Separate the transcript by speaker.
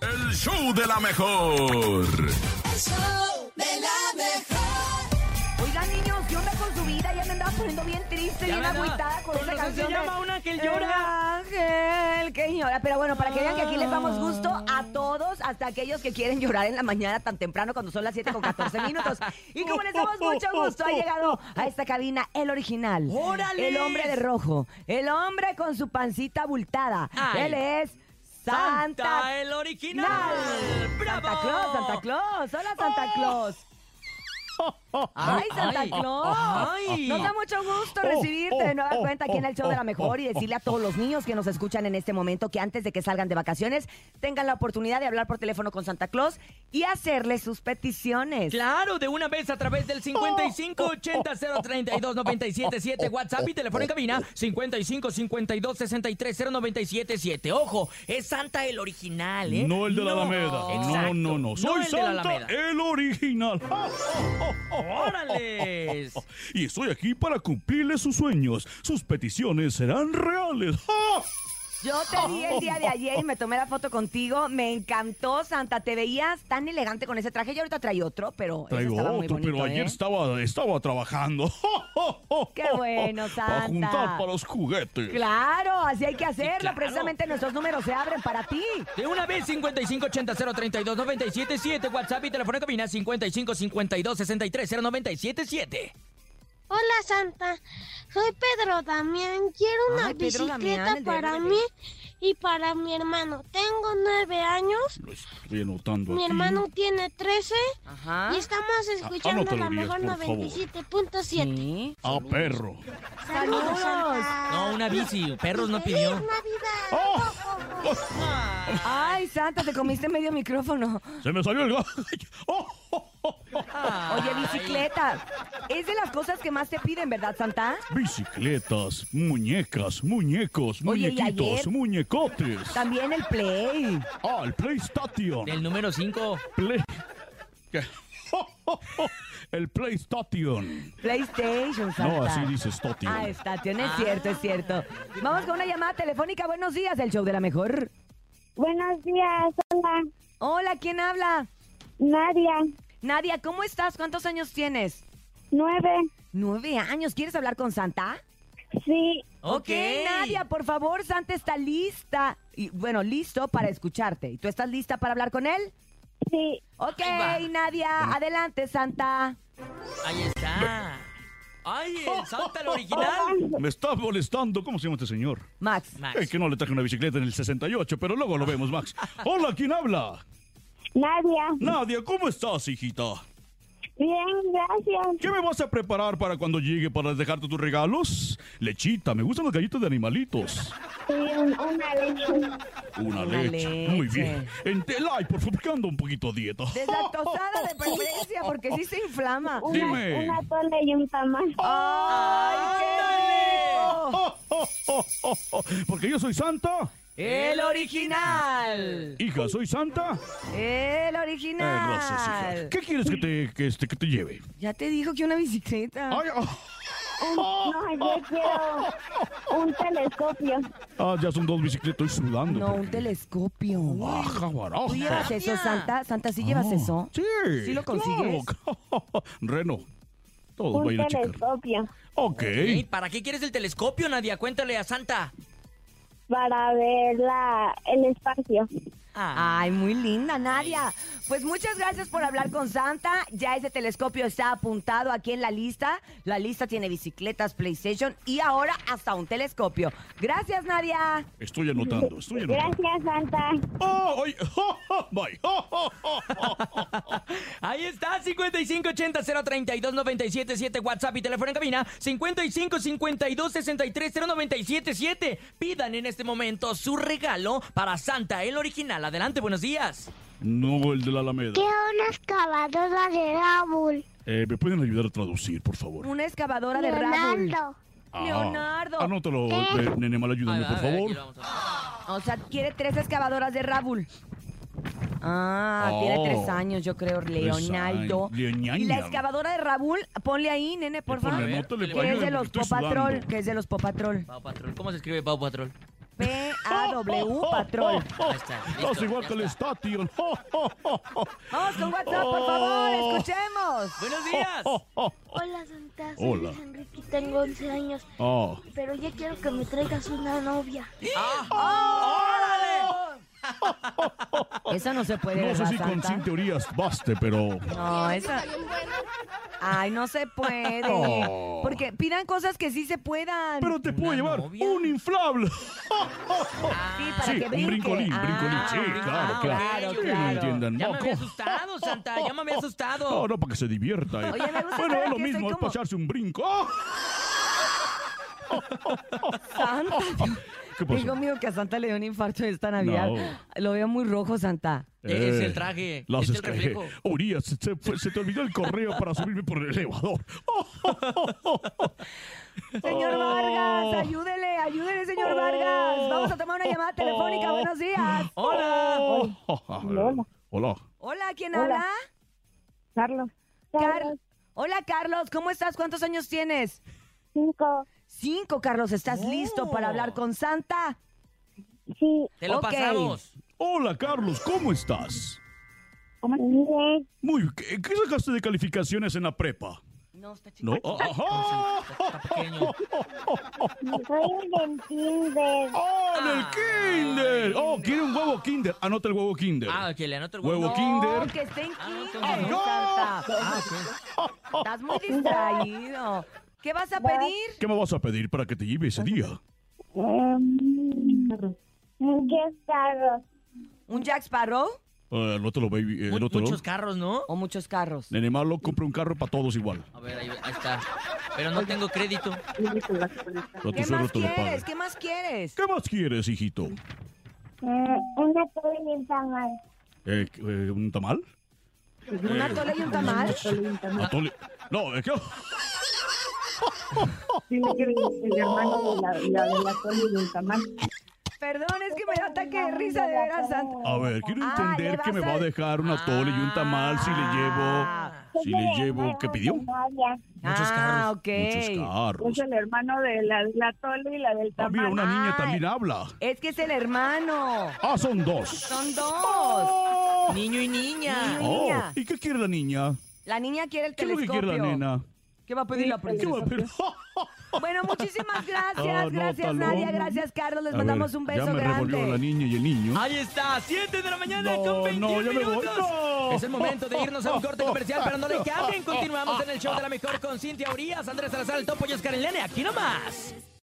Speaker 1: El show de la mejor.
Speaker 2: El show de la mejor.
Speaker 3: Oigan, niños, ¿qué onda con su vida? Ya me andaba poniendo bien triste, bien
Speaker 4: Ya, ¿verdad?
Speaker 3: agüitada con
Speaker 4: Con
Speaker 3: esa
Speaker 4: razón se
Speaker 3: canción. de-
Speaker 4: llama Un Ángel
Speaker 3: El
Speaker 4: Llora.
Speaker 3: ángel que llora. Pero bueno, para que vean que aquí les damos gusto a
Speaker 4: Ah.
Speaker 3: todos, hasta aquellos que quieren llorar en la mañana tan temprano cuando son las 7 con 14 minutos. Y como les damos mucho gusto, ha llegado a esta cabina el original.
Speaker 4: ¡Órale!
Speaker 3: El hombre de rojo. El hombre con su pancita abultada.
Speaker 4: Ay.
Speaker 3: Él es Santa,
Speaker 4: Santa el original. ¡Bravo!
Speaker 3: Santa Claus, Santa Claus. Hola, Santa Claus. ¡Ay, Santa
Speaker 4: Ay.
Speaker 3: Claus!
Speaker 4: Ay.
Speaker 3: Nos da mucho gusto
Speaker 5: Oh,
Speaker 3: recibirte de nueva cuenta aquí en el show de la mejor y decirle a todos los niños que nos escuchan en este momento que antes de que salgan de vacaciones tengan la oportunidad de hablar por teléfono con Santa Claus y hacerle sus peticiones.
Speaker 4: Claro, de una vez a través del
Speaker 3: Oh,
Speaker 4: 5580-032-977, WhatsApp y teléfono
Speaker 3: oh,
Speaker 4: en cabina 5552-630977. Ojo, es Santa el original, ¿eh?
Speaker 5: No el de la Alameda.
Speaker 4: Exacto.
Speaker 5: No, no, no. Soy
Speaker 4: el de la
Speaker 5: Santa, eh.
Speaker 4: Alameda.
Speaker 5: el original.
Speaker 4: ¡Órales!
Speaker 5: Y estoy aquí para cumplirle sus sueños. Sus peticiones serán reales.
Speaker 3: Yo te vi el
Speaker 4: Oh.
Speaker 3: día de ayer y me tomé la foto contigo. Me encantó, Santa. Te veías tan elegante con ese traje. Yo ahorita traí otro, pero ese
Speaker 5: Traigo
Speaker 3: estaba
Speaker 5: otro,
Speaker 3: muy bonito,
Speaker 5: pero ayer
Speaker 3: ¿eh?
Speaker 5: estaba, estaba trabajando.
Speaker 3: Qué bueno,
Speaker 5: Para
Speaker 3: Santa.
Speaker 5: juntar para los juguetes.
Speaker 3: Claro, así hay que hacerlo.
Speaker 4: claro.
Speaker 3: Precisamente nuestros números se abren para ti.
Speaker 4: De una vez 5580-032-977, WhatsApp y teléfono en cabina 5552-630977.
Speaker 6: Hola Santa, soy Pedro Damián. Quiero una
Speaker 3: Ay, Pedro
Speaker 6: bicicleta
Speaker 3: Damián, el de
Speaker 6: para
Speaker 3: RBD.
Speaker 6: mí y para mi hermano. Tengo nueve años,
Speaker 5: Lo estoy anotando
Speaker 6: mi
Speaker 5: aquí.
Speaker 6: hermano tiene trece
Speaker 3: Ajá.
Speaker 5: Ah,
Speaker 6: y estamos escuchando
Speaker 5: anótalo,
Speaker 6: la
Speaker 5: Urias,
Speaker 6: mejor
Speaker 5: por favor.
Speaker 6: 97.7.
Speaker 3: Sí.
Speaker 5: Ah, perro.
Speaker 6: Saludos, Santa.
Speaker 3: Ah.
Speaker 4: No, una bici, perros no
Speaker 6: ¡Feliz
Speaker 4: pidió.
Speaker 6: Navidad!
Speaker 5: ¡Oh!
Speaker 3: Ay, Santa, te comiste medio micrófono.
Speaker 5: Se me salió el gallo. Oh, oh, oh, oh.
Speaker 3: Oye, bicicleta. Es de las cosas que más te piden, ¿verdad, Santa?
Speaker 5: Bicicletas, muñecas, muñecos,
Speaker 3: Oye, ¿y
Speaker 5: muñequitos,
Speaker 3: ayer?
Speaker 5: muñecotes.
Speaker 3: También el play.
Speaker 5: Ah, el PlayStation.
Speaker 4: Del número 5.
Speaker 5: Play... ¿Qué? El PlayStation.
Speaker 3: PlayStation, Santa.
Speaker 5: No, así dice Station.
Speaker 3: Ah, estación, es cierto, es cierto. Vamos con una llamada telefónica. Buenos días, el show de la mejor.
Speaker 7: Buenos días, hola,
Speaker 3: Hola, ¿quién habla?
Speaker 7: Nadia,
Speaker 3: Nadia, ¿cómo estás? ¿Cuántos años tienes?
Speaker 7: nueve,
Speaker 3: Nueve años. ¿Quieres hablar con Santa?
Speaker 7: sí,
Speaker 4: Ok.
Speaker 3: Nadia, por favor, Santa está lista. Y, bueno, listo para escucharte. ¿Y tú estás lista para hablar con él?
Speaker 7: sí,
Speaker 3: Ok,
Speaker 4: Ahí
Speaker 3: Nadia, adelante, Santa.
Speaker 4: Ahí está. Ay, el Santa el original.
Speaker 5: Me está molestando. ¿Cómo se llama este señor?
Speaker 3: Max.
Speaker 4: Max.
Speaker 5: Es que no le traje una bicicleta en el 68, pero luego lo vemos, Max. Hola, ¿quién habla?
Speaker 7: Nadia,
Speaker 5: Nadia, ¿cómo estás, hijita?
Speaker 7: bien, gracias,
Speaker 5: ¿Qué me vas a preparar para cuando llegue para dejarte tus regalos? Lechita, me gustan los gallitos de animalitos.
Speaker 7: sí, un- una leche,
Speaker 5: Una,
Speaker 3: Una
Speaker 5: leche. Muy
Speaker 3: leche.
Speaker 5: bien. En ay, por favor, que ando un poquito a dieta.
Speaker 3: Deslactosada de preferencia, porque sí se inflama.
Speaker 7: una,
Speaker 5: Dime.
Speaker 7: una tole y un tamal.
Speaker 3: ¡Ay, qué rico!
Speaker 5: Porque yo soy santa.
Speaker 4: El original.
Speaker 5: Hija, soy santa.
Speaker 3: El
Speaker 5: Eh, gracias, hija.
Speaker 3: original.
Speaker 5: ¿Qué quieres que te, que este, que te lleve?
Speaker 3: Ya te dijo que una bicicleta.
Speaker 5: Ay, ah,
Speaker 7: No, yo quiero un telescopio.
Speaker 5: ah, ya son dos bicicletas, estoy sudando.
Speaker 3: No, un
Speaker 5: porque- Ah,
Speaker 3: telescopio.
Speaker 5: Baja,
Speaker 3: ¿Tú llevas
Speaker 5: baraja.
Speaker 3: eso, Santa? ¿Santa sí llevas eso?
Speaker 5: Ah, Sí.
Speaker 3: ¿Sí lo consigues?
Speaker 5: claro. Reno. Todos
Speaker 7: Un
Speaker 5: vayan a checar.
Speaker 7: telescopio
Speaker 5: Ok.
Speaker 4: Ey, ¿Para qué quieres el telescopio, Nadia? Cuéntale a Santa.
Speaker 7: para ver la, el espacio.
Speaker 4: Ah.
Speaker 3: Ay, muy linda, Nadia. Pues muchas gracias por hablar con Santa. Ya ese telescopio está apuntado aquí en la lista. La lista tiene bicicletas, PlayStation y ahora hasta un telescopio. Gracias, Nadia.
Speaker 5: Estoy anotando, estoy anotando.
Speaker 7: Gracias, Santa.
Speaker 5: Oh, ay, oh, oh, bye. Oh, oh, oh, oh.
Speaker 4: Ahí está, 5580-032-977, WhatsApp y teléfono en cabina, 5552-630977. Pidan en este momento su regalo para Santa, el original. Adelante, buenos días.
Speaker 5: No, el de la Alameda.
Speaker 6: una excavadora de Raúl.
Speaker 5: Eh, ¿Me pueden ayudar a traducir, por favor?
Speaker 3: Una excavadora de Raúl.
Speaker 5: Ah,
Speaker 3: Leonardo.
Speaker 5: anótalo, eh, nene mal, ayúdame,
Speaker 4: A ver,
Speaker 5: por
Speaker 4: a ver, aquí
Speaker 5: favor.
Speaker 4: lo vamos a-
Speaker 3: O sea, quiere tres excavadoras de Raúl. Ah,
Speaker 5: Oh.
Speaker 3: tiene tres años, yo creo, Leonardo.
Speaker 5: años, Leoñaña.
Speaker 3: Y la excavadora de Raúl, ponle ahí, nene, por
Speaker 5: Eh, Ponle,
Speaker 3: favor.
Speaker 5: anótale,
Speaker 3: Que es de
Speaker 5: ayúdame,
Speaker 3: los
Speaker 5: estoy
Speaker 3: Popatrol,
Speaker 5: sudando. Oh,
Speaker 3: que es de los Popatrol.
Speaker 4: Pau Patrol. ¿Cómo se escribe Pau Patrol?
Speaker 5: oh,
Speaker 3: P-A-W, patrón.
Speaker 4: Ahí está, listo,
Speaker 5: Estás igual
Speaker 4: ya
Speaker 5: que el
Speaker 4: está.
Speaker 5: Station. Oh,
Speaker 3: Vamos con WhatsApp, por favor, escuchemos.
Speaker 4: Buenos días.
Speaker 6: Hola, Santa. Soy
Speaker 5: Hola.
Speaker 6: Enrique, tengo 11 años,
Speaker 5: Oh.
Speaker 6: pero ya quiero que me traigas una novia.
Speaker 4: ¡Órale!
Speaker 3: Eso no se puede,
Speaker 5: No sé
Speaker 3: ¿verdad,
Speaker 5: si con
Speaker 3: Santa?
Speaker 5: sin teorías baste, pero.
Speaker 3: No, eso... Ay, no se puede.
Speaker 5: Oh.
Speaker 3: Porque pidan cosas que sí se puedan.
Speaker 5: Pero te puedo
Speaker 4: ¿Una
Speaker 5: llevar
Speaker 4: novia?
Speaker 5: un inflable.
Speaker 3: sí, para
Speaker 5: sí,
Speaker 3: que
Speaker 5: un
Speaker 3: brinque.
Speaker 5: brincolín,
Speaker 3: Ah,
Speaker 5: brincolín, sí, claro,
Speaker 3: claro,
Speaker 5: claro. Sí,
Speaker 3: claro.
Speaker 5: entiendan,
Speaker 4: Ah, Ya me
Speaker 5: moco.
Speaker 4: había asustado, Santa. Ya me había asustado.
Speaker 5: No, no, para que se divierta. eh.
Speaker 3: Oye, me gusta
Speaker 5: bueno, es lo
Speaker 3: saber que soy
Speaker 5: mismo, es
Speaker 3: como-
Speaker 5: pasarse un brinco. ¡Ah!
Speaker 3: Santa.
Speaker 5: ¿Qué pasó?
Speaker 3: Digo mío que a Santa le dio un infarto esta Navidad.
Speaker 5: No.
Speaker 3: Lo veo muy rojo, Santa.
Speaker 4: Es el traje,
Speaker 5: Eh, las
Speaker 4: es el
Speaker 5: esca-
Speaker 4: reflejo.
Speaker 5: Urias, se, fue- se te olvidó el correo para subirme por el elevador.
Speaker 3: Señor
Speaker 5: Oh.
Speaker 3: Vargas, ayúdele, ayúdele, señor
Speaker 5: Oh.
Speaker 3: Vargas. Vamos a tomar una llamada telefónica. Buenos días.
Speaker 4: Hola.
Speaker 5: Hola. Hola.
Speaker 3: Hola, ¿quién
Speaker 7: Hola.
Speaker 3: habla?
Speaker 7: Carlos.
Speaker 3: Car- Hola, Carlos, ¿cómo estás? ¿Cuántos años tienes?
Speaker 7: Cinco.
Speaker 3: Cinco, Carlos. ¿Estás
Speaker 4: Oh.
Speaker 3: listo para hablar con Santa?
Speaker 7: Sí.
Speaker 4: Te lo
Speaker 3: Ok.
Speaker 4: pasamos.
Speaker 5: Hola, Carlos, ¿cómo estás?
Speaker 7: Bien.
Speaker 5: Muy, ¿qué, qué sacaste de calificaciones en la prepa?
Speaker 3: No, está chico.
Speaker 5: ¿No? Ah, ¡Ajá!
Speaker 4: Está pequeño.
Speaker 7: Soy del Tinder.
Speaker 5: ¡Oh, en el
Speaker 4: Ah,
Speaker 5: kinder! ¡Oh, quiere un huevo kinder! Anota el huevo kinder.
Speaker 4: Ah, que le anoto el
Speaker 5: Huevo
Speaker 4: huevo.
Speaker 5: kinder.
Speaker 3: que esté en
Speaker 4: Ah, no,
Speaker 3: kinder,
Speaker 4: entonces
Speaker 5: no.
Speaker 3: Santa.
Speaker 4: Ah, ok.
Speaker 3: Estás muy distraído. ¿Qué vas a pedir?
Speaker 5: ¿Qué me vas a pedir para que te lleve ese día?
Speaker 7: Em, ¿Qué carros?
Speaker 3: ¿Un Jack Sparrow
Speaker 5: Eh, anótalo, baby. eh,
Speaker 4: Mu-
Speaker 5: anótalo.
Speaker 4: Muchos carros, ¿no?
Speaker 3: o muchos carros?
Speaker 5: Nene malo, compra un carro para todos igual.
Speaker 4: A ver, ahí, ahí está. Pero no tengo crédito.
Speaker 5: A tu
Speaker 3: ¿Qué
Speaker 5: suegro
Speaker 3: más
Speaker 5: te lo paga.
Speaker 3: quieres? ¿Qué más quieres?
Speaker 5: ¿Qué más quieres, hijito?
Speaker 3: Eh,
Speaker 7: Em, Una torre y un tamal.
Speaker 5: Eh, eh, ¿Un tamal?
Speaker 3: ¿Un atole y un tamal?
Speaker 5: Atole- No, es que...
Speaker 3: Perdón, es que me da ataque de risa de ver a Santa.
Speaker 5: A ver, quiero
Speaker 3: Ah,
Speaker 5: entender
Speaker 3: ¿le
Speaker 5: que me
Speaker 3: vas
Speaker 5: va a
Speaker 3: a-
Speaker 5: dejar un atole y un tamal si
Speaker 3: Ah.
Speaker 5: le llevo... Si le llevo... ¿Qué pidió?
Speaker 4: Muchos
Speaker 3: Ah,
Speaker 4: carros.
Speaker 3: ok.
Speaker 5: Muchos carros.
Speaker 7: el hermano de la, la y la del
Speaker 5: Ah, mira, una niña
Speaker 3: Ah,
Speaker 5: también habla.
Speaker 3: Es que es el hermano.
Speaker 5: Ah, son dos.
Speaker 3: Son dos.
Speaker 4: Niño y niña.
Speaker 3: Niño y
Speaker 5: Oh,
Speaker 3: niña.
Speaker 5: ¿y qué quiere la niña?
Speaker 3: La niña quiere el
Speaker 5: ¿Qué es lo que
Speaker 3: telescopio.
Speaker 5: quiere la nena?
Speaker 3: ¿Qué va a pedir la
Speaker 5: ¿Qué va a
Speaker 3: princesa?
Speaker 5: pedir?
Speaker 3: Bueno, muchísimas
Speaker 5: Ah,
Speaker 3: gracias.
Speaker 5: no,
Speaker 3: gracias,
Speaker 5: talón.
Speaker 3: Nadia. Gracias, Carlos. Les
Speaker 5: A
Speaker 3: mandamos
Speaker 5: ver,
Speaker 3: un beso
Speaker 5: Ya me revolvió
Speaker 3: grande.
Speaker 5: la niña y el niño.
Speaker 4: Ahí está, 7 de la mañana
Speaker 5: No,
Speaker 4: con 21
Speaker 5: no, ya me voy.
Speaker 4: minutos.
Speaker 5: No.
Speaker 4: Es el momento de irnos a un corte comercial, pero no le cambien. Continuamos en el show de la mejor con Cintia Urias, Andrés Salazar, el Topo y Oscar Elena. Aquí nomás.